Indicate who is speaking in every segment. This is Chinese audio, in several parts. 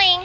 Speaker 1: 听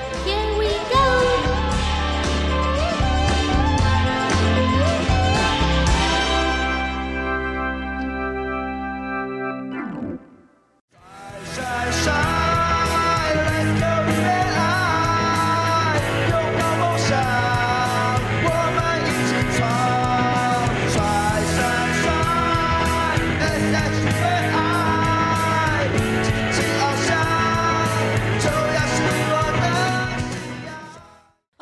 Speaker 2: ，Here we go！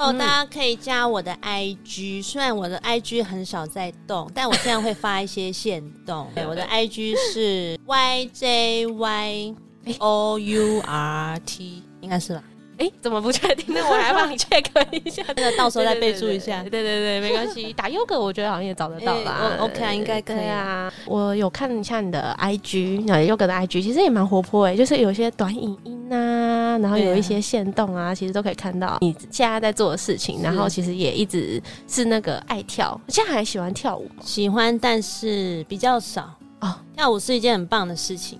Speaker 3: 哦，
Speaker 4: 嗯
Speaker 3: 大家可以加我的 IG，虽然我的 IG 很少在动，但我现在会发一些线 动。对，我的 IG 是 YJYOURT，应该是吧？
Speaker 4: 哎、怎么不确定？那我来帮你 check 一下，
Speaker 3: 那到时候再备注一下
Speaker 4: 对对对，对没关系，打优格我觉得好像也找得到啦
Speaker 3: 哎。我 OK 啊应该可以
Speaker 4: 对啊。我有看一下你的 IG，那优格的 IG 其实也蛮活泼哎、就是有一些短影音啊，然后
Speaker 3: 对啊
Speaker 4: 有一些线动啊，其实都可以看到你现在在做的事情。然后其实也一直是那个爱跳，现在还喜欢跳舞吗
Speaker 3: 喜欢，但是比较少
Speaker 4: 哦
Speaker 3: 哦。跳舞是一件很棒的事情。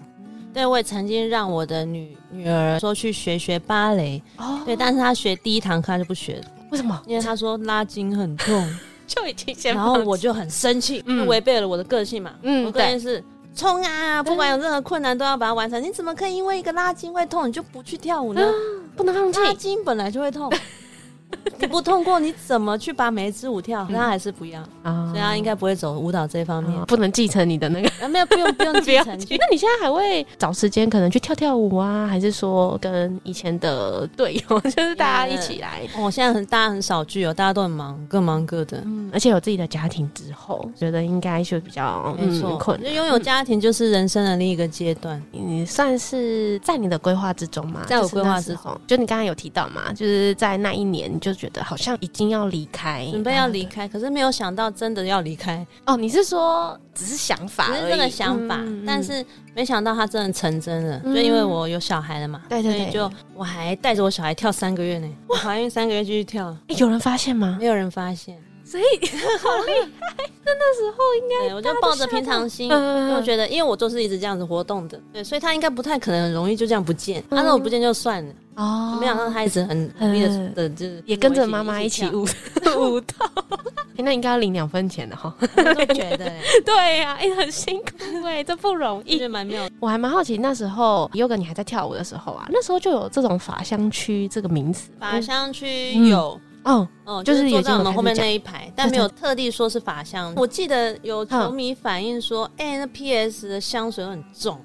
Speaker 3: 对，我也曾经让我的女女儿说去学学芭蕾，
Speaker 4: 哦，
Speaker 3: 对，但是她学第一堂课她就不学了，
Speaker 4: 为什么
Speaker 3: 因为她说拉筋很痛。
Speaker 4: 就已经先
Speaker 3: 然后
Speaker 4: 放
Speaker 3: 我
Speaker 4: 弃
Speaker 3: 就很生气，
Speaker 4: 嗯
Speaker 3: 违背了我的个性嘛。
Speaker 4: 嗯
Speaker 3: 我个性是冲啊，不管有任何困难都要把它完成。你怎么可以因为一个拉筋会痛，你就不去跳舞呢？
Speaker 4: 不能放弃
Speaker 3: 拉筋本来就会 痛，你不痛过，你怎么去把每一支舞跳？那他还是不一样，
Speaker 4: 啊
Speaker 3: 所以他应该不会走舞蹈这方面
Speaker 4: 啊。不能继承你的那个
Speaker 3: 哦啊，没有，不用不用继承。 就
Speaker 4: 那你现在还会找时间可能去跳跳舞啊，还是说跟以前的队友， 就是大家一起来？
Speaker 3: 哦我现在很大家很少聚哦，大家都很忙，各忙各的。
Speaker 4: 嗯，而且有自己的家庭之后，觉得应该就比较
Speaker 3: 没错
Speaker 4: 嗯、，困
Speaker 3: 就
Speaker 4: 难。
Speaker 3: 拥有家庭就是人生的另一个阶段。
Speaker 4: 你算是在你的规划之中吗？
Speaker 3: 在我
Speaker 4: 就是
Speaker 3: 规划
Speaker 4: 那时候，就你刚刚有提到嘛，就是在那一年，你就觉得好像已经要离开，
Speaker 3: 准备要离开，可是没有想到真的要离开，
Speaker 4: 哦。你是说只是想法而
Speaker 3: 只
Speaker 4: 已，
Speaker 3: 是这个想法，
Speaker 4: 嗯
Speaker 3: 但是没想到它真的成真了，
Speaker 4: 嗯
Speaker 3: 就因为我有小孩了嘛，
Speaker 4: 对对对
Speaker 3: 所以就我还带着我小孩跳三个月呢，我怀孕三个月继续跳，
Speaker 4: 诶有人发现吗？
Speaker 3: 没有人发现，
Speaker 4: 所以好厉害，那那时候应该
Speaker 3: 对我就抱着平常心，
Speaker 4: 嗯嗯嗯
Speaker 3: 因为我觉得因为我都是一直这样子活动的，对，所以他应该不太可能很容易就这样不见，他如果不见就算了，
Speaker 4: 哦 嗯
Speaker 3: 没想到他一直很努力的的就是
Speaker 4: 也跟着妈妈一起
Speaker 3: 跳
Speaker 4: 舞 舞蹈。 欸、那应该要领两分钱的哈。
Speaker 3: 我都觉得欸
Speaker 4: 对呀、哎、很辛苦哎、这不容
Speaker 3: 就
Speaker 4: 易。
Speaker 3: 是蛮妙的，
Speaker 4: 我还蛮好奇，那时候优哥你还在跳舞的时候啊，那时候就有这种法香区这个名词吗。
Speaker 3: 法香区
Speaker 4: 嗯
Speaker 3: 有。
Speaker 4: 哦，
Speaker 3: 哦，就
Speaker 4: 就
Speaker 3: 是是
Speaker 4: 有
Speaker 3: 坐
Speaker 4: 些
Speaker 3: 在我
Speaker 4: 人
Speaker 3: 们后面
Speaker 4: 开始
Speaker 3: 那一排，但没有特地说是法嗯香。我记得有球迷反映说，哎、那 PS 的香水很重。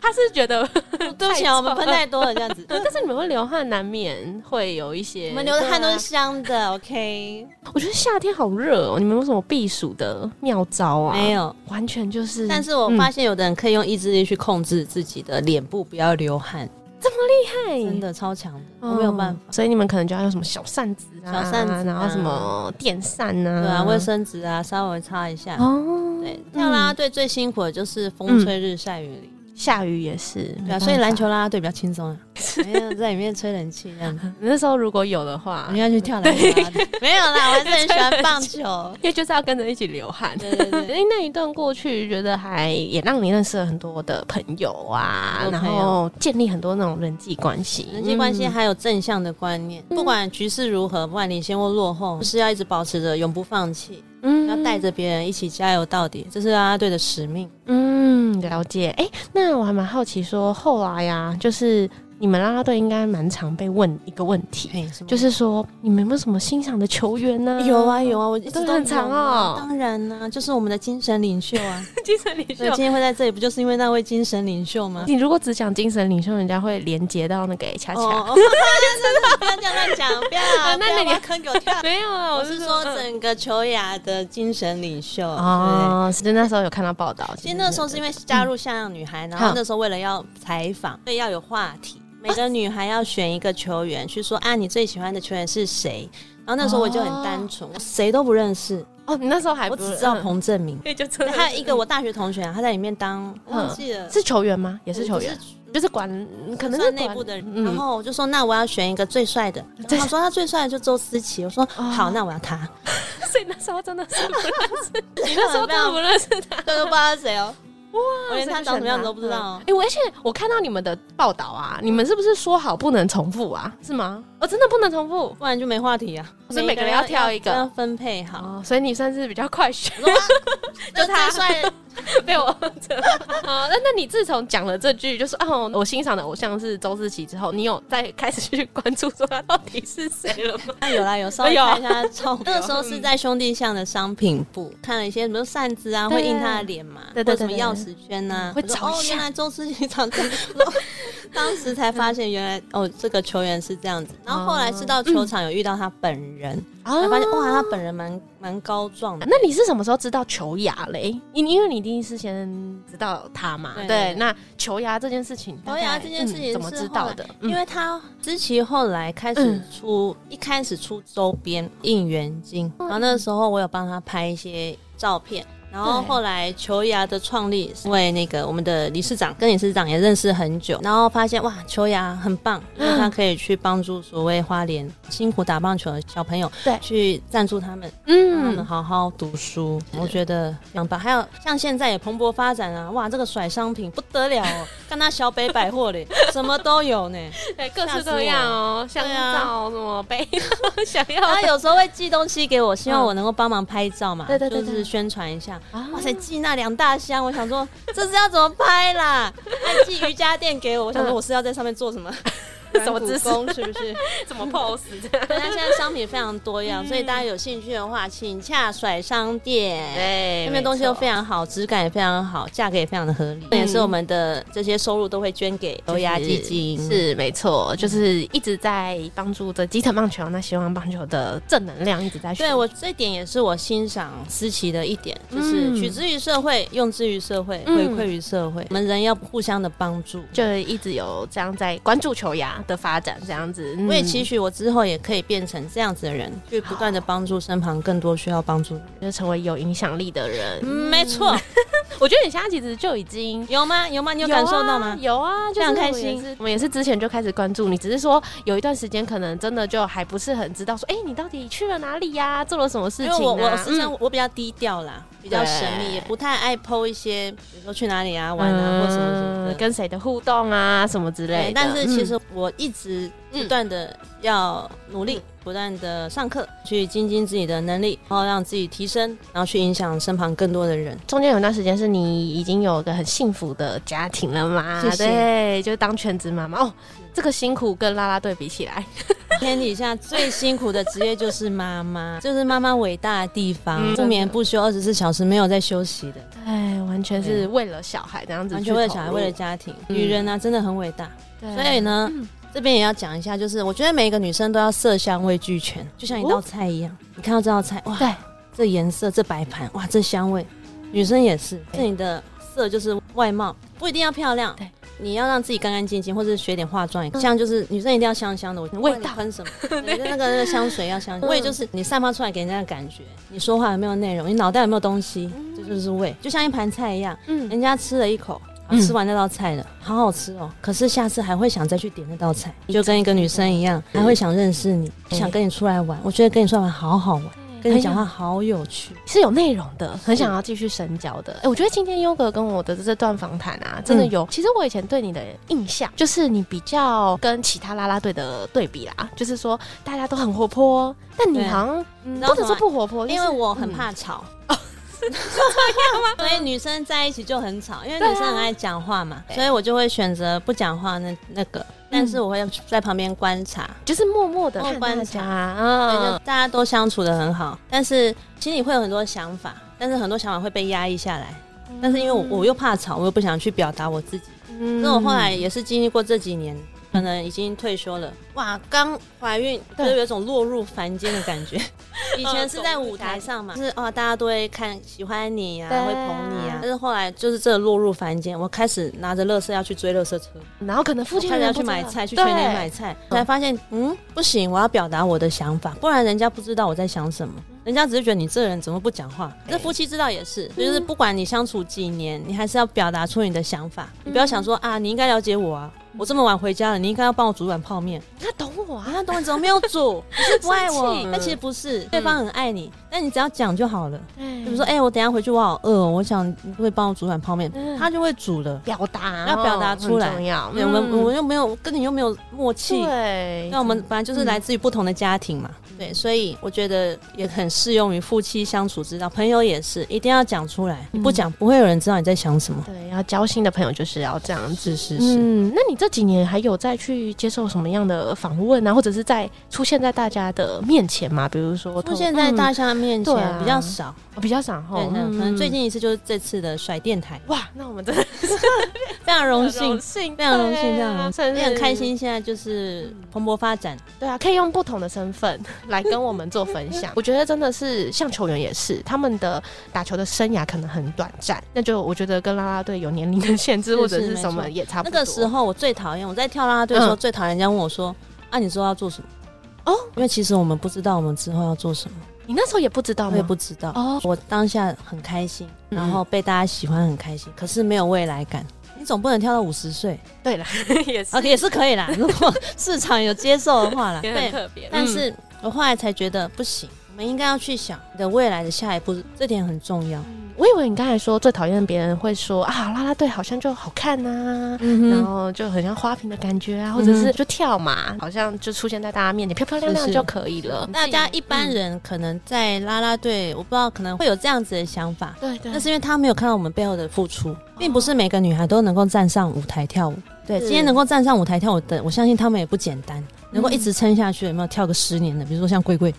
Speaker 4: 他是觉得，。
Speaker 3: 对不起啊，我们喷太多了这样子啊
Speaker 4: 但是你们会流汗，难免会有一些。
Speaker 3: 我们流的汗都
Speaker 4: 对
Speaker 3: 是
Speaker 4: 啊
Speaker 3: 香的，OK？
Speaker 4: 我觉得夏天好热哦，你们有什么避暑的妙招啊？
Speaker 3: 没，有，
Speaker 4: 完全就是。嗯
Speaker 3: 但是我发现有的人可以用意志力去控制自己的脸部不要流汗，
Speaker 4: 嗯
Speaker 3: 真的超强的，我没有办法。
Speaker 4: 嗯所以你们可能就要用什么小扇子啊，
Speaker 3: 小扇子啊
Speaker 4: 然后什么电扇啊，
Speaker 3: 对啊，卫生纸啊，稍微擦一下。
Speaker 4: 哦，
Speaker 3: 对，跳啦啦队最辛苦的就是风吹日晒雨淋，
Speaker 4: 下雨也是，
Speaker 3: 对啊，所以篮球啦啦队比较轻松啊， 没有在里面吹冷气这样子。
Speaker 4: 那时候如果有的话。
Speaker 3: 我，应该去跳篮球啊啦。 没有啦，我还是很喜欢棒 球
Speaker 4: 因为就是要跟着一起流汗。
Speaker 3: 对对
Speaker 4: 因
Speaker 3: 对，
Speaker 4: 为 那一段过去，觉得还也让你认识了很多的朋友啊，
Speaker 3: 很多
Speaker 4: 然
Speaker 3: 朋友
Speaker 4: 后建立很多那种人际关系，
Speaker 3: 人际关系
Speaker 4: 嗯
Speaker 3: 还有正向的观念，不管局势如何，不管领先或落后，就是要一直保持着永不放弃，
Speaker 4: 嗯
Speaker 3: 要带着别人一起加油到底，这是啦啦队的使命。
Speaker 4: 嗯了解。哎、那我还蛮好奇说后来呀、就是你们啦啦队应该蛮常被问一个问题，就
Speaker 3: 就是
Speaker 4: 说你们有没有什么欣赏的球员呢、
Speaker 3: 有啊有啊，我一直
Speaker 4: 都
Speaker 3: 都
Speaker 4: 很
Speaker 3: 有
Speaker 4: 长
Speaker 3: 啊
Speaker 4: 哦
Speaker 3: 当然呢，就是我们的精神领袖 啊。
Speaker 4: 精神领
Speaker 3: 所以今天会在这里，不就是因为那位精神领袖吗？
Speaker 4: 你如果只讲精神领袖，人家会连接到那个诶恰恰。
Speaker 3: 哦， 不要这样乱讲，不要，
Speaker 4: 那
Speaker 3: 不要
Speaker 4: 你
Speaker 3: 挖坑给我 跳。
Speaker 4: 没有啊，
Speaker 3: 我是说整个球雅的精神领袖。对。
Speaker 4: 哦，是那时候有看到报道，
Speaker 3: 其实那时候是因为加入像样女孩，然后那时候为了要采访，所以要有话题。每个女孩要选一个球员，去说啊，你最喜欢的球员是谁？然后那时候我就很单纯，我谁都不认识，
Speaker 4: 哦，你那时候哦还
Speaker 3: 我
Speaker 4: 不
Speaker 3: 只知道
Speaker 4: 嗯
Speaker 3: 彭正明，
Speaker 1: 对，就真
Speaker 3: 对
Speaker 1: 的
Speaker 3: 还有一个我大学同学啊，他在里面当忘记了。
Speaker 4: 是球员吗？嗯也是球员
Speaker 3: 不，
Speaker 4: 就是管可能是
Speaker 3: 算内部的人，
Speaker 4: 嗯
Speaker 3: 然后我就说那我要选一个最帅的，然后他说他最帅的就周思齐，我说
Speaker 4: 哦
Speaker 3: 好，那我要 他，
Speaker 1: 所以那时候真的是不认识， 你
Speaker 3: 那
Speaker 1: 那
Speaker 3: 时
Speaker 1: 时
Speaker 3: 候
Speaker 1: 候根
Speaker 3: 根本
Speaker 1: 本
Speaker 3: 不
Speaker 1: 不认识他。
Speaker 3: 都不知道是谁哦，我
Speaker 4: 我
Speaker 3: 连他长什么样子都不知道嗯
Speaker 4: 哎、我而且我看到你们的报道啊，你们是不是说好不能重复啊？是吗？哦，真的不能重复
Speaker 3: 不然就没话题啊。
Speaker 4: 所以每个人要挑一个
Speaker 3: 要分配好，
Speaker 4: 哦，所以你算是比较 快学
Speaker 3: 啊 就最帅的
Speaker 4: 被我啊。那那你自从讲了这句，就是哦，我欣赏的偶像是周志奇之后，你有再开始去关注说他到底是谁了吗？
Speaker 3: 啊 有啦有，稍微
Speaker 4: 哎呦
Speaker 3: 看一下照片。嗯那个时候是在兄弟巷的商品部，看了一些什么扇子啊，
Speaker 4: 对
Speaker 3: 会印他的脸嘛，
Speaker 4: 对对
Speaker 3: 或者什
Speaker 4: 对
Speaker 3: 么
Speaker 4: 对
Speaker 3: 钥匙圈呐，
Speaker 4: 会
Speaker 3: 我说
Speaker 4: 长
Speaker 3: 哦，
Speaker 4: 相
Speaker 3: 原来周思琪长 这样。我说当时才发现原来哦，这个球员是这样子。然后后来是到球场有遇到他本人，才
Speaker 4: 啊
Speaker 3: 发现哇，他本人蛮蛮高壮的。
Speaker 4: 那你是什么时候知道球牙嘞？因因为你一定是先知道他嘛，
Speaker 3: 对
Speaker 4: 对。
Speaker 3: 对对
Speaker 4: 那球牙这件事情大
Speaker 3: 球
Speaker 4: 概，
Speaker 3: 牙啊这件事情是
Speaker 4: 怎么知道的？
Speaker 3: 因为他之奇后来开始
Speaker 4: 嗯
Speaker 3: 出，一开始出周边应援金，
Speaker 4: 嗯
Speaker 3: 然后那时候我有帮他拍一些照片。然后
Speaker 4: 对
Speaker 3: 后来球牙的创立，是因为那个我们的理事长跟理事长也认识很久，然后发现哇，球牙很棒，
Speaker 4: 嗯
Speaker 3: 因为他可以去帮助所谓花莲辛苦打棒球的小朋友，
Speaker 4: 对
Speaker 3: 去赞助他们，让他们
Speaker 4: 嗯，
Speaker 3: 好好读书，我觉得非常棒。还有像现在也蓬勃发展啊，哇，这个甩商品不得了哦，看那小北百货 里什么都有呢。
Speaker 1: 对，各
Speaker 3: 吓
Speaker 1: 式
Speaker 3: 死
Speaker 1: 各
Speaker 3: 我
Speaker 1: 样哦，香
Speaker 3: 对啊
Speaker 1: 皂什么杯，想要
Speaker 3: 他有时候会寄东西给我，希望我能够帮忙拍照嘛，
Speaker 4: 对对对对
Speaker 3: 就是宣传一下。
Speaker 4: 啊
Speaker 3: 哇塞，寄那两大箱，我想说 这是要怎么拍啦？还寄瑜伽垫给我，我想说我是要在上面做什么
Speaker 4: 嗯
Speaker 1: 什么姿势
Speaker 3: 软骨功是不是？
Speaker 1: 怎么 pose 这样？
Speaker 3: 对，它现在商品非常多样，所以大家有兴趣的话，请洽甩商店。
Speaker 1: 对
Speaker 3: 那边东西都非常好，质感也非常好，价格也非常的合理，也是我们的这些收入都会捐给油压基金。
Speaker 4: 是没错，就是一直在帮助着基层棒球，那希望棒球的正能量一直在。
Speaker 3: 对我这点也是我欣赏思琪的一点，就是
Speaker 4: 嗯
Speaker 3: 取之于社会，用之于社会，
Speaker 4: 嗯
Speaker 3: 回馈于社会。我们人要互相的帮助。
Speaker 4: 就一直有这样在关注球牙的发展，这样子。
Speaker 3: 我也期许我之后也可以变成这样子的人，去不断的帮助身旁更多需要帮助的人。
Speaker 4: 就成为有影响力的人。
Speaker 3: 没错，
Speaker 4: 我觉得你现在其实就已经。
Speaker 3: 有吗？有吗？你有感受到吗？
Speaker 4: 有啊，
Speaker 3: 非常开心
Speaker 4: 就是我也是。我们也是之前就开始关注你，只是说有一段时间可能真的就还不是很知道说，哎、你到底去了哪里呀、做了什么事
Speaker 3: 因
Speaker 4: 情、
Speaker 3: 为我
Speaker 4: 啊？
Speaker 3: 我私
Speaker 4: 嗯
Speaker 3: 生我比较低调啦，比较神秘，
Speaker 4: 对
Speaker 3: 也不太爱 PO 一些，比如说去哪里啊、玩啊
Speaker 4: 嗯
Speaker 3: 或什么什么的。
Speaker 4: 跟谁的互动啊，什么之类
Speaker 3: 对
Speaker 4: 的，。
Speaker 3: 但是
Speaker 4: 嗯
Speaker 3: 其实我一直不断的要努
Speaker 4: 嗯
Speaker 3: 力，不断的上课，去精进自己的能力，然后让自己提升，然后去影响身旁更多的人。
Speaker 4: 中间有一段时间是你已经有一个很幸福的家庭了嘛？
Speaker 3: 谢谢
Speaker 4: 对，就是当全职妈妈哦，这个辛苦跟啦啦队比起来，
Speaker 3: 天底下最辛苦的职业就是妈妈，就是妈妈伟大的地方，
Speaker 4: 嗯
Speaker 3: 不眠不休，二十四小时没有在休息的，
Speaker 4: 对，哎完全是为了小孩这样子
Speaker 3: 完
Speaker 4: 去
Speaker 3: 全
Speaker 4: 投入，
Speaker 3: 为了小孩，为了家庭。
Speaker 4: 嗯
Speaker 3: 女人呢、真的很伟大。
Speaker 4: 对，嗯
Speaker 3: 所以呢，这边也要讲一下，就是我觉得每一个女生都要色香味俱全，就像一道菜一样，你看到这道菜，哇，
Speaker 4: 哦对，
Speaker 3: 这颜色、这摆盘，哇，这香味，女生也是，这你的色就是外貌，不一定要漂亮，
Speaker 4: 对，嗯
Speaker 3: 你要让自己干干净净，或者是学点化妆，像就是女生一定要香香的，我
Speaker 4: 味道
Speaker 3: 不管你喷 什么，对那个那个香水要香，
Speaker 4: 嗯
Speaker 3: 味就是你散发出来给人家的感觉，你说话有没有内容，你脑袋有没有东西，这就是味，就像一盘菜一样，
Speaker 4: 嗯，
Speaker 3: 人家吃了一口。好
Speaker 4: 嗯
Speaker 3: 吃完那道菜了，好好吃哦！可是下次还会想再去点那道菜，就跟一个女生一样，还会想认识你，
Speaker 4: 嗯
Speaker 3: 想跟你出来玩。我觉得跟你出来玩好好玩，跟你讲话好有趣。
Speaker 4: 是有内容的，很想要继续深交的。哎、我觉得今天优格跟我的这段访谈啊，真的
Speaker 3: 嗯
Speaker 4: 有、其实我以前对你的印象就是你比较跟其他啦啦队的对比啦，就是说大家都很活泼，但你
Speaker 3: 对
Speaker 4: 好像、嗯、
Speaker 3: 然后啊
Speaker 4: 不能说不活泼，
Speaker 3: 因
Speaker 4: 就
Speaker 3: 为
Speaker 4: 是
Speaker 3: 我很
Speaker 4: 嗯
Speaker 3: 怕 吵。哦 所以女生在一起就很吵，因为女生很爱讲话嘛，所以我就会选择不讲话那那个，但是我会在旁边观察，
Speaker 4: 就是默默的
Speaker 3: 默
Speaker 4: 看
Speaker 3: 观
Speaker 4: 大
Speaker 3: 察
Speaker 4: 家，
Speaker 3: 所以
Speaker 4: 嗯
Speaker 3: 就，大家都相处的很好，但是心里会有很多想法，但是很多想法会被压抑下来，但是因为我我又怕吵，我又不想去表达我自己，
Speaker 4: 嗯
Speaker 3: 所以我后来也是经历过这几年，可能已经退休了，哇，刚怀孕，就有一种落入凡间的感觉。 以前是在舞台上嘛，就是哦，大家都会看喜欢你呀、
Speaker 4: 对啊
Speaker 3: 会捧你呀、但是后来就是这落入凡间，我开始拿着乐色要去追乐色车，
Speaker 4: 然后可能附近
Speaker 3: 开
Speaker 4: 的
Speaker 3: 始
Speaker 4: 人
Speaker 3: 要
Speaker 4: 不
Speaker 3: 去
Speaker 4: 知道
Speaker 3: 买菜，去
Speaker 4: 对
Speaker 3: 全年买菜，才发现嗯不行，我要表达我的想法，不然人家不知道我在想什么，
Speaker 4: 嗯
Speaker 3: 人家只是觉得你这人怎么不讲话。这夫妻之道也是，
Speaker 4: 嗯
Speaker 3: 就是不管你相处几年，你还是要表达出你的想法，
Speaker 4: 嗯
Speaker 3: 你不要想说啊，你应该了解我啊。我这么晚回家了，你应该要帮我煮碗泡 面。
Speaker 4: 他懂我
Speaker 3: 你
Speaker 4: 啊，
Speaker 3: 看，懂你怎么没有煮？ 你是不爱我
Speaker 1: 生气？
Speaker 3: 但其实不是，对方很爱你，但你只要讲就好了。
Speaker 4: 嗯对
Speaker 3: 比如说，哎、我等一下回去我好饿、哦，我想你会帮我煮碗泡面，
Speaker 4: 嗯
Speaker 3: 他就会煮了。
Speaker 4: 表达
Speaker 3: 要表达
Speaker 4: 哦
Speaker 3: 出来
Speaker 4: 很重要，
Speaker 3: 对，我们
Speaker 4: 嗯
Speaker 3: 我们又没有跟你又没有默契，
Speaker 4: 对，
Speaker 3: 那我们本来就是来自于不同的家庭嘛，嗯对，所以我觉得也很适用于夫妻相处之道，朋友也是，一定要讲出来，你不讲不会有人知道你在想什么。
Speaker 4: 对要交心的朋友就是要这样子。
Speaker 3: 是是是，
Speaker 4: 嗯，那你这几年还有再去接受什么样的访问啊，或者是在出现在大家的面前吗？比如说
Speaker 3: 出现在大
Speaker 4: 嗯
Speaker 3: 家面
Speaker 4: 对啊
Speaker 3: 前比较少，
Speaker 4: 哦比较少
Speaker 3: 对，
Speaker 4: 哈，
Speaker 3: 那可
Speaker 4: 嗯
Speaker 3: 能最近一次就是这次的甩电台，
Speaker 4: 哇，那我们真的
Speaker 3: 非常荣幸，
Speaker 4: 幸啊
Speaker 3: 非常荣幸，非常荣幸，
Speaker 4: 真
Speaker 3: 也
Speaker 4: 的
Speaker 3: 很开。心。现在就是蓬勃发展，
Speaker 4: 对啊，可以用不同的身 份来跟我们做分享。我觉得真的是像球员也是，他们的打球的生涯可能很短暂，那就我觉得跟啦啦队有年龄的限制
Speaker 3: 是
Speaker 4: 或者
Speaker 3: 是
Speaker 4: 是
Speaker 3: 没
Speaker 4: 什么
Speaker 3: 错
Speaker 4: 也差不
Speaker 3: 那
Speaker 4: 多。
Speaker 3: 个时候我最讨厌，我在跳啦啦队的时候
Speaker 4: 嗯
Speaker 3: 最讨厌人家问我说：“啊，你说要做什么？”
Speaker 4: 哦，
Speaker 3: 因为其实我们不知道我们之后要做什么，
Speaker 4: 你那时候也不知道
Speaker 3: 我也
Speaker 4: 吗？
Speaker 3: 不知道。
Speaker 4: 哦，
Speaker 3: 我当下很开心，
Speaker 4: 嗯
Speaker 3: 然后被大家喜欢很开心，可是没有未来感。你总不能跳到五十岁
Speaker 4: 对 了，
Speaker 1: 也是
Speaker 3: 啊，也是可以啦， 如果市场有接受的话啦。
Speaker 1: 也很
Speaker 3: 对，
Speaker 1: 特别。
Speaker 3: 但
Speaker 4: 嗯
Speaker 3: 是我后来才觉得不行，我们应该要去想你的未来的下一步，这点很重要。
Speaker 4: 我以为你刚才说最讨厌别人会说啊，啦啦队好像就好看呐、
Speaker 3: 嗯
Speaker 4: 然后就很像花瓶的感觉啊，或者是就跳嘛，好像就出现在大家面前，漂漂亮亮
Speaker 3: 是是
Speaker 4: 就可以了。嗯
Speaker 3: 大家一般人可能在啦啦队，我不知道可能会有这样子的想法，
Speaker 4: 对对，
Speaker 3: 那是因为他没有看到我们背后的付出，并不是每个女孩都能够站上舞台跳舞。对，
Speaker 4: 是
Speaker 3: 今天能够站上舞台跳舞的，我相信她们也不简单，能够一直撑下去，有没有跳个十年的？比如说像龟 龟，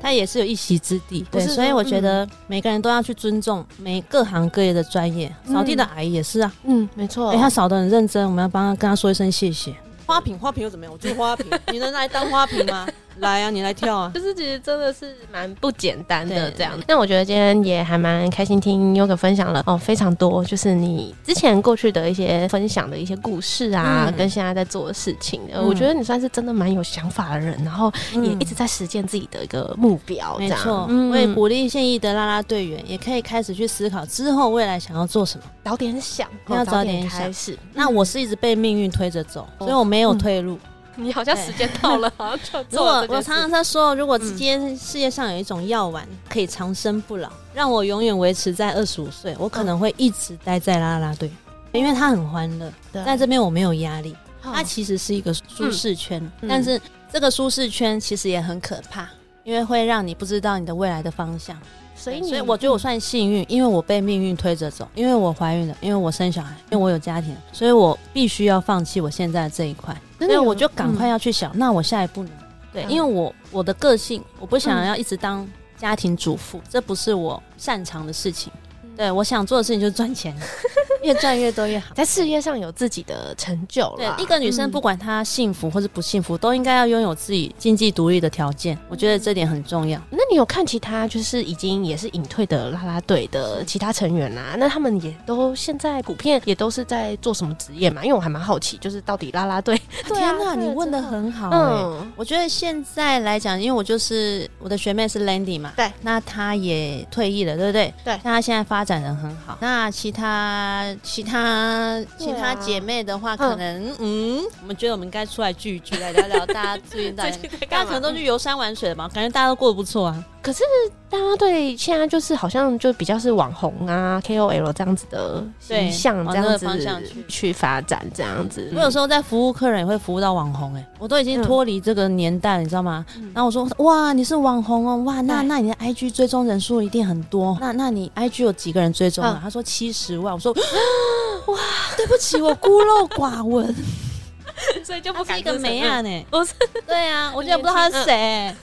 Speaker 3: 她也是有一嗯席之地。
Speaker 4: 不
Speaker 3: 对，
Speaker 4: 是说
Speaker 3: 所以我觉得每个人都要去尊重每各行各业的专业，扫地的阿姨也是啊，
Speaker 4: 嗯，没错
Speaker 3: 哎，。她扫得很认真，我们要帮她跟她说一声谢谢。花瓶，花瓶又怎么样？我就是 花瓶，你能来当花瓶吗？来啊，你来跳啊！
Speaker 4: 就是其实真的是蛮不简单的
Speaker 3: 对
Speaker 4: 这样。那我觉得今天也还蛮开心，听 Yoga 分享了哦非常多，就是你之前过去的一些分享的一些故事啊，
Speaker 3: 嗯
Speaker 4: 跟现在在做的事情、呃
Speaker 3: 嗯
Speaker 4: 我觉得你算是真的蛮有想法的人，然后也一直在实践自己的一个目标，这
Speaker 3: 没
Speaker 1: 啊
Speaker 4: 样。
Speaker 3: 错，
Speaker 4: 嗯
Speaker 3: 我也鼓励现役的啦啦队员，也可以开始去思考之后未来想要做什么。
Speaker 4: 早点想，
Speaker 3: 要
Speaker 4: 哦
Speaker 3: 早点想
Speaker 4: 开始。
Speaker 3: 那我是一直被命运推着走，
Speaker 4: 哦
Speaker 3: 所以我没有退路。
Speaker 4: 嗯
Speaker 1: 你好像时间到了，好像就
Speaker 3: 如
Speaker 1: 做
Speaker 3: 果
Speaker 1: 了这
Speaker 3: 我
Speaker 1: 件事
Speaker 3: 常常在说，如果今天
Speaker 4: 嗯
Speaker 3: 世界上有一种药丸可以长生不老，让我永远维持在二十五岁，我可能会一直待在啦啦队，因为它很欢乐，
Speaker 4: 嗯对啊
Speaker 3: 在这边我没有压力。
Speaker 4: 哦
Speaker 3: 它其实是一个舒适圈，
Speaker 4: 嗯
Speaker 3: 但是这个舒适圈其实也很可怕，因为会让你不知道你的未来的方向。
Speaker 4: 所以
Speaker 3: 对
Speaker 4: 你，嗯
Speaker 3: 所以我觉得我算幸运，因为我被命运推着走，因为我怀孕了，因为我生小孩，因为我有家庭，所以我必须要放弃我现在的这一块，
Speaker 4: 嗯
Speaker 3: 所
Speaker 4: 真的
Speaker 3: 以
Speaker 4: 有
Speaker 3: 我就赶快要去想，那我下一步呢？对，
Speaker 4: 嗯
Speaker 3: 因为我我的个性，我不想要一直当家庭主妇，这不是我擅长的事情。
Speaker 4: 嗯
Speaker 3: 对，我想做的事情就是赚 钱，越赚越多越好。
Speaker 4: 在事业上有自己的成就
Speaker 3: 对
Speaker 4: 了。，
Speaker 3: 一个女生不管她幸福或是不幸福，都应该要拥有自己经济独立的条件，我觉得这点很重要。
Speaker 4: 那你有看其他就是已经也是隐退的啦啦队的其他成员啊？那他们也都现在普遍也都是在做什么职业嘛？因为我还蛮好奇，就是到底啦啦队，对啊
Speaker 3: 天哪，
Speaker 4: 对
Speaker 3: 你问的
Speaker 4: 真的
Speaker 3: 很好、欸。
Speaker 4: 嗯，
Speaker 3: 我觉得现在来讲，因为我就是我的学妹是 Landy 嘛，
Speaker 4: 对，
Speaker 3: 那她也退役了，对不对？
Speaker 4: 对
Speaker 3: 那她现在发展的很好。那其他其他
Speaker 4: 对啊
Speaker 3: 其他姐妹的话，可能嗯，我们觉得我们应该出来聚一聚，来聊聊大家最近在
Speaker 1: 最近在
Speaker 3: 大家
Speaker 1: 干
Speaker 3: 可
Speaker 1: 嘛
Speaker 3: 能都去游山玩水了嘛，感觉大家都过得不错啊。
Speaker 4: 可是啦啦队现在就是好像就比较是网红啊、KOL 这样子的形
Speaker 3: 对
Speaker 4: 象，
Speaker 3: 往
Speaker 4: 这
Speaker 3: 那个
Speaker 4: 样子
Speaker 3: 方向去
Speaker 4: 去发展，这样子。
Speaker 3: 我有时候在服务客人，也会服务到网红、哎，我都已经
Speaker 4: 嗯
Speaker 3: 脱离这个年代了，你知道吗？然后我说，哇，你是网红哦，哇，那
Speaker 4: 对
Speaker 3: 那你的 IG 追踪人数一定很多，哦那那你 IG 有几个人追踪啊？他说七十万，我说，哇，对不起，我孤陋寡闻，
Speaker 1: 所以就不
Speaker 3: 不
Speaker 1: 敢
Speaker 3: 是一个
Speaker 1: 自承
Speaker 3: 美
Speaker 1: 认
Speaker 3: 亚呢，
Speaker 1: 不是
Speaker 3: 对啊，我现在不知道他是谁、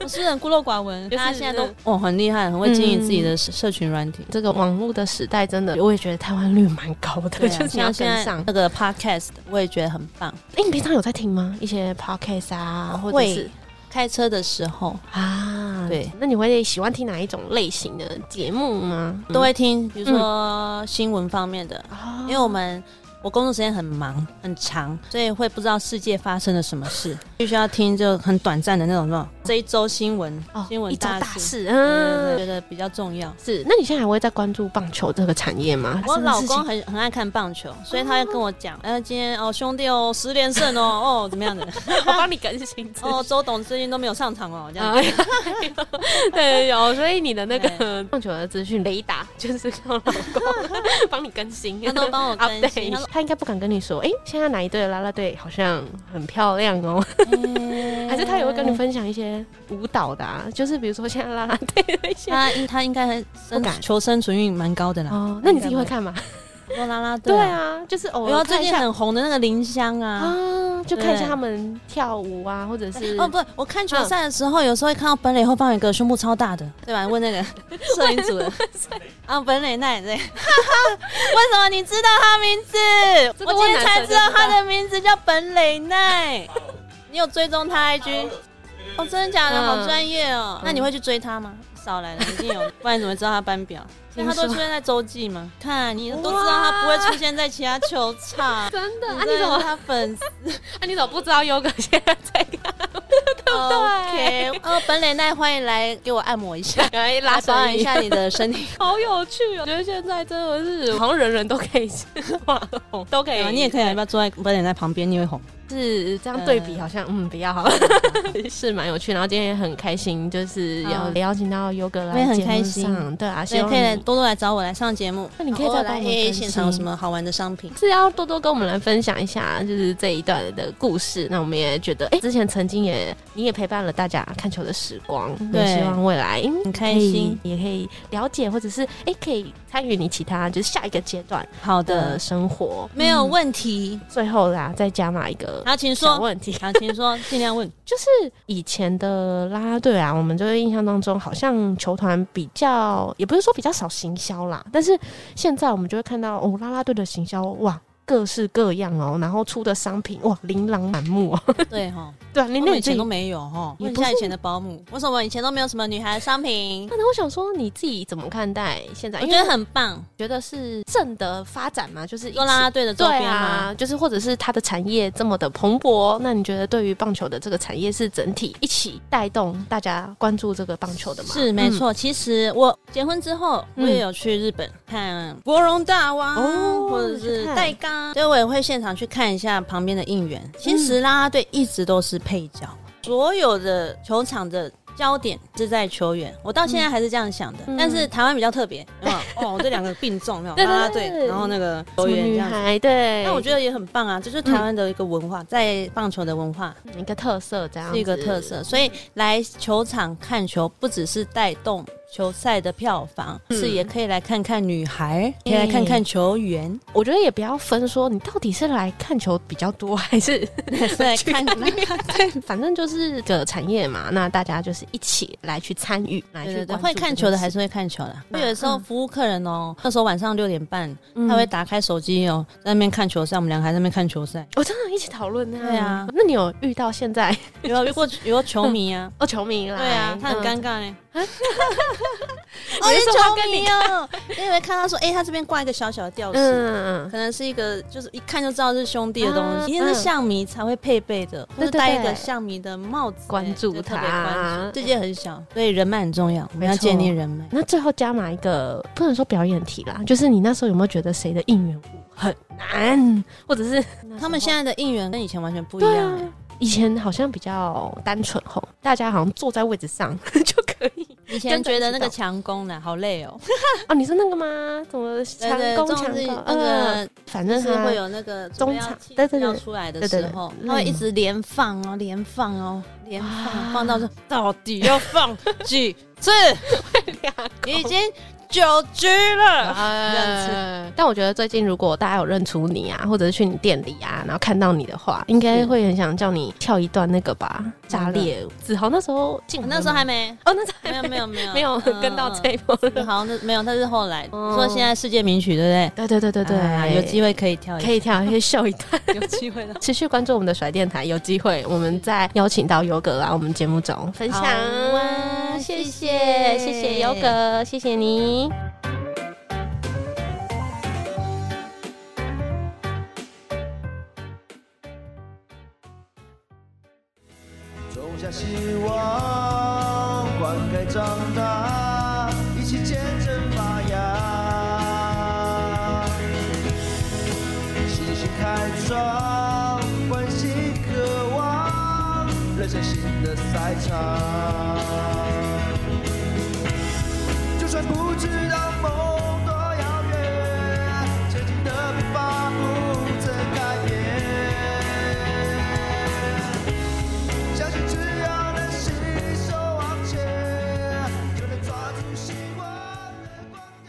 Speaker 3: 我是很孤陋寡闻，
Speaker 1: 就是
Speaker 3: 大家现在都嗯哦很厉害，很会经营自己的社社群软体。
Speaker 4: 这个网络的时代，真的我也觉得台湾率蛮高的，就
Speaker 3: 啊
Speaker 4: 是你
Speaker 3: 像
Speaker 4: 要
Speaker 3: 现
Speaker 4: 跟
Speaker 3: 在
Speaker 4: 上。
Speaker 3: 那个 podcast，我也觉得很棒。
Speaker 4: 哎、你平常有在听吗？一些 podcast 啊，或者
Speaker 3: 会
Speaker 4: 是
Speaker 3: 开车的时候
Speaker 4: 啊，
Speaker 3: 对，
Speaker 4: 那你会喜欢听哪一种类型的节目吗？
Speaker 3: 都会听，比如
Speaker 4: 嗯
Speaker 3: 说新闻方面的，
Speaker 4: 啊
Speaker 3: 因为我们我工作时间很忙很长，所以会不知道世界发生了什么事，必须要听就很短暂的那种那种这一周新闻、
Speaker 4: 哦
Speaker 3: 新闻
Speaker 4: 一周
Speaker 3: 大
Speaker 4: 大
Speaker 3: 事，
Speaker 4: 事，
Speaker 3: 对对对
Speaker 4: 嗯，
Speaker 3: 觉得比较重要。
Speaker 4: 是。那你现在还会在关注棒球这个产业吗？
Speaker 3: 我
Speaker 4: 还是那
Speaker 3: 老
Speaker 4: 事情哦
Speaker 3: 公 很很爱看棒球，所以他会跟我讲，呃，今天哦兄弟哦十连胜哦哦怎么 样的，
Speaker 1: 我帮你更新自己。
Speaker 3: 哦周董最近都没有上场哦这样子。
Speaker 4: 哎呀，对，有，所以你的那个
Speaker 3: 对
Speaker 4: 棒球的资讯雷达就是靠老公帮你更新，
Speaker 3: 他都帮我更
Speaker 4: update
Speaker 3: 新
Speaker 4: 一下他应该不敢跟你说，哎、现在哪一队的啦啦队好像很漂亮哦、
Speaker 3: 嗯
Speaker 4: 还是他也会跟你分享一些舞蹈的、啊，就是比如说现在啦啦队的一些。
Speaker 3: 他应他应该很生
Speaker 4: 不敢
Speaker 3: 求生存欲蛮高的啦。
Speaker 4: 哦，那你自己会看 吗？
Speaker 3: 多啦啦队
Speaker 4: 对，啊，就是偶
Speaker 3: 然后
Speaker 4: 尔
Speaker 3: 最
Speaker 4: 看一
Speaker 3: 近
Speaker 4: 下
Speaker 3: 很红的那个林香啊。
Speaker 4: 啊，就看一下
Speaker 3: 对
Speaker 4: 他们跳舞啊，或者是
Speaker 3: 哦，不，我看球赛的时候，有时候会看到本垒后方有一个胸部超大的，对吧？问那 个摄影组的啊，本垒奈对，为什么你知道他名字？
Speaker 4: 这个
Speaker 3: 我
Speaker 4: 问
Speaker 3: 今天才
Speaker 4: 男生
Speaker 3: 知
Speaker 4: 就
Speaker 3: 道
Speaker 4: 知
Speaker 3: 他
Speaker 4: 道
Speaker 3: 的名字叫本垒 奈。你有追踪他 IG？哦，真的假的？
Speaker 4: 嗯
Speaker 3: 好专业哦。那你会去追他吗？少来了，已经 有，不然你怎么会知道他班表？所以他都
Speaker 4: 听说
Speaker 3: 出现在周记吗？看你都知道他不会出现在其他球 场。
Speaker 4: 真 的
Speaker 3: 啊你怎么他粉丝？
Speaker 4: 啊？你怎么不知道优哥现在在看？ 对
Speaker 3: OK，哦，本垒奈，欢迎来给我按摩一 下，
Speaker 4: 可以
Speaker 3: 来保
Speaker 4: 拉伸
Speaker 3: 养一下你的身体。
Speaker 4: 好有趣哦！我觉得现在真的是好像人人都可以 是网红，都可以，
Speaker 3: 你也可以，要不要坐在本垒奈旁边？你会红。
Speaker 4: 是这样对比，好像嗯比较好， 是蛮有趣。然后今天也很开心，就是有
Speaker 3: 嗯
Speaker 4: 邀请到优哥
Speaker 3: 我也
Speaker 4: 来
Speaker 3: 很
Speaker 4: 节
Speaker 3: 开
Speaker 4: 目
Speaker 3: 心
Speaker 4: 上，对啊，
Speaker 3: 所以
Speaker 4: 希望
Speaker 3: 可以来
Speaker 4: 你
Speaker 3: 多多来找我来上节目。哦
Speaker 4: 那你可以
Speaker 3: 偶尔
Speaker 4: 再帮
Speaker 3: 来
Speaker 4: 我们
Speaker 3: AA 现
Speaker 4: 更新
Speaker 3: 场有什么好玩的商品？
Speaker 4: 是要多多跟我们来分享一下，就是这一段的故事。那我们也觉得，哎、之前曾经也你也陪伴了大家看球的时光，
Speaker 3: 对
Speaker 4: 也希望未来嗯
Speaker 3: 很开心
Speaker 4: 可以也可以了解，或者是哎、诶可以参与你其他就是下一个阶段
Speaker 3: 好
Speaker 4: 的
Speaker 3: 的，
Speaker 4: 生活。
Speaker 3: 嗯
Speaker 4: 嗯
Speaker 3: 没有问题。
Speaker 4: 最后啦，再加码一个
Speaker 3: 好，请
Speaker 4: 小
Speaker 3: 说。
Speaker 4: 问题，
Speaker 3: 好，请说，尽量 问。
Speaker 4: 就是以前的啦啦队啊，我们就会印象当中好像球团比较，也不是说比较少行销啦，但是现在我们就会看到哦，啦啦队的行销哇。各式各样哦，然后出的商品哇，琳琅满目哦。
Speaker 3: 对哈，
Speaker 4: 对啊，
Speaker 3: 我
Speaker 4: 你那
Speaker 3: 们
Speaker 4: 你
Speaker 3: 以
Speaker 4: 自
Speaker 3: 前
Speaker 4: 己
Speaker 3: 都，没有哈。
Speaker 4: 也
Speaker 3: 问一
Speaker 4: 不
Speaker 3: 下以
Speaker 4: 是
Speaker 3: 前的保姆，为什么以前都没有什么女孩的商品？
Speaker 4: 那我想说你自己怎么看待现在？
Speaker 3: 我
Speaker 4: 因
Speaker 3: 觉
Speaker 4: 为
Speaker 3: 得很棒，
Speaker 4: 觉得是正的发展嘛，就是一
Speaker 3: 做啦啦队的
Speaker 4: 对
Speaker 3: 周边吗？
Speaker 4: 啊，就是或者是它的产业这么的蓬勃，那你觉得对于棒球的这个产业是整体一起带动大家关注这个棒球的吗？
Speaker 3: 是没
Speaker 4: 嗯
Speaker 3: 错，其实我结婚之后，我
Speaker 4: 嗯
Speaker 3: 也有去日本看国荣大王，
Speaker 4: 哦
Speaker 3: 或者
Speaker 4: 去
Speaker 3: 是
Speaker 4: 看嗯
Speaker 3: 戴刚，所以我也会现场去看一下旁边的应援。其实啦啦队一直都是配角，所有的球场的。焦点是在球员，我到现在还是这样想的。
Speaker 4: 嗯
Speaker 3: 但是台湾比较特 别，有没有哦，这两个并重，有没有
Speaker 4: 对对
Speaker 3: 啦啦
Speaker 4: 对
Speaker 3: 队，然后那个球
Speaker 4: 什么
Speaker 3: 员这
Speaker 4: 女
Speaker 3: 样子。
Speaker 4: 孩嗯对，
Speaker 3: 那我觉得也很棒啊，这就是台湾的一个文化，在棒球的文化
Speaker 4: 得一个特色这样
Speaker 3: 是一个特色，所以来球场看球不只是带动球赛的票房，是
Speaker 4: 嗯
Speaker 3: 也可以来看看女孩，可以来看看球 员，
Speaker 4: 我觉得也不要分说你到底是来看球比较多，还是
Speaker 3: 对，看
Speaker 4: 反正就是个产业嘛，那大家就是一起来去参与，来
Speaker 3: 对
Speaker 4: 去
Speaker 3: 对对，
Speaker 4: 关注
Speaker 3: 会看球的还
Speaker 4: 这件事
Speaker 3: 是会看球啦。
Speaker 4: 嗯
Speaker 3: 我有的时候服务客人哦，那时候晚上六点半，
Speaker 4: 嗯。
Speaker 3: 他会打开手机哦，在那边看球赛，我们两个还在那边看球赛
Speaker 4: 我哦真的一起讨论呢。
Speaker 3: 对啊
Speaker 4: 那你有遇到现在
Speaker 3: 有啊遇 过有个球迷啊，
Speaker 4: 哦球迷来？嗯哦
Speaker 3: 对啊，他很尴
Speaker 4: 尬。
Speaker 3: 尬 嘞。
Speaker 4: 我
Speaker 3: 我
Speaker 4: 是
Speaker 3: 是
Speaker 4: 球
Speaker 3: 球
Speaker 4: 迷
Speaker 3: 迷哦， 因为看到说，哎，他这边挂一个小小的吊饰。
Speaker 4: 嗯，
Speaker 3: 可能是一个，就是一看就知道是兄弟的东
Speaker 4: 啊
Speaker 3: 西，一定是象迷才会配备的，或
Speaker 4: 对对
Speaker 3: 者戴一
Speaker 4: 对
Speaker 3: 个象迷的帽子，
Speaker 4: 关注
Speaker 3: 对就特别关
Speaker 4: 他
Speaker 3: 注。。这件很小，所以人脉很重要，我们要
Speaker 4: 没错
Speaker 3: 建立人脉。
Speaker 4: 那最后加码一个，不能说表演题啦，就是你那时候有没有觉得谁的应援舞很难，或者是
Speaker 3: 他们现在的应援跟以前完全不一
Speaker 4: 对
Speaker 3: 样、
Speaker 4: 啊
Speaker 3: 欸，
Speaker 4: 以前好像比较单纯吼，大家好像坐在位置上 就可以。
Speaker 3: 以
Speaker 4: 真
Speaker 3: 前
Speaker 4: 的
Speaker 3: 觉得
Speaker 4: 知
Speaker 3: 那个
Speaker 4: 道
Speaker 3: 强攻呢好累哦，
Speaker 4: 哦，你是那个吗？怎么 强
Speaker 3: 对对，
Speaker 4: 攻
Speaker 3: 重
Speaker 4: 强
Speaker 3: 是
Speaker 4: 攻？
Speaker 3: 那
Speaker 4: 嗯，
Speaker 3: 个
Speaker 4: 反
Speaker 3: 就
Speaker 4: 正
Speaker 3: 是
Speaker 4: 他
Speaker 3: 会有那个准
Speaker 4: 中
Speaker 3: 备要
Speaker 4: 场
Speaker 3: 气
Speaker 4: 对对对
Speaker 3: 要出来的
Speaker 4: 对对
Speaker 3: 时
Speaker 4: 对
Speaker 3: 候，
Speaker 4: 嗯
Speaker 3: 他会一直连放哦，连放哦，连
Speaker 4: 啊
Speaker 3: 放，放到说到底要放 几次？已经九局了，这样子。
Speaker 4: 啊但我觉得最近如果大家有认出你啊，或者是去你店里啊，然后看到你的话，应该会很想叫你跳一段那个吧，炸裂舞。子豪那时候 进
Speaker 3: 我
Speaker 4: 门
Speaker 3: 啊那时候还没，
Speaker 4: 哦，那时候
Speaker 3: 没
Speaker 4: 还
Speaker 3: 有没有没有
Speaker 4: 没有
Speaker 3: 嗯
Speaker 4: 跟到这一波。
Speaker 3: 嗯好像那没有，但是后来
Speaker 4: 嗯
Speaker 3: 说现在世界名曲对不对？
Speaker 4: 对对对对对，
Speaker 3: 啊有机会可以跳一下，
Speaker 4: 可以跳，可以秀一段。
Speaker 3: 有机会的。
Speaker 4: 持续关注我们的甩电台，有机会我们再邀请到优格来我们节目中分享。
Speaker 3: 好啊
Speaker 4: 谢谢谢谢优格，谢谢你。
Speaker 5: 种下希望，灌溉长大，一起见证发芽。信心开创，关心渴望，人生新的赛场。就算不知道梦多遥远，前进的步伐不曾改变。相信只要能携手往前，就能抓住希望的光点。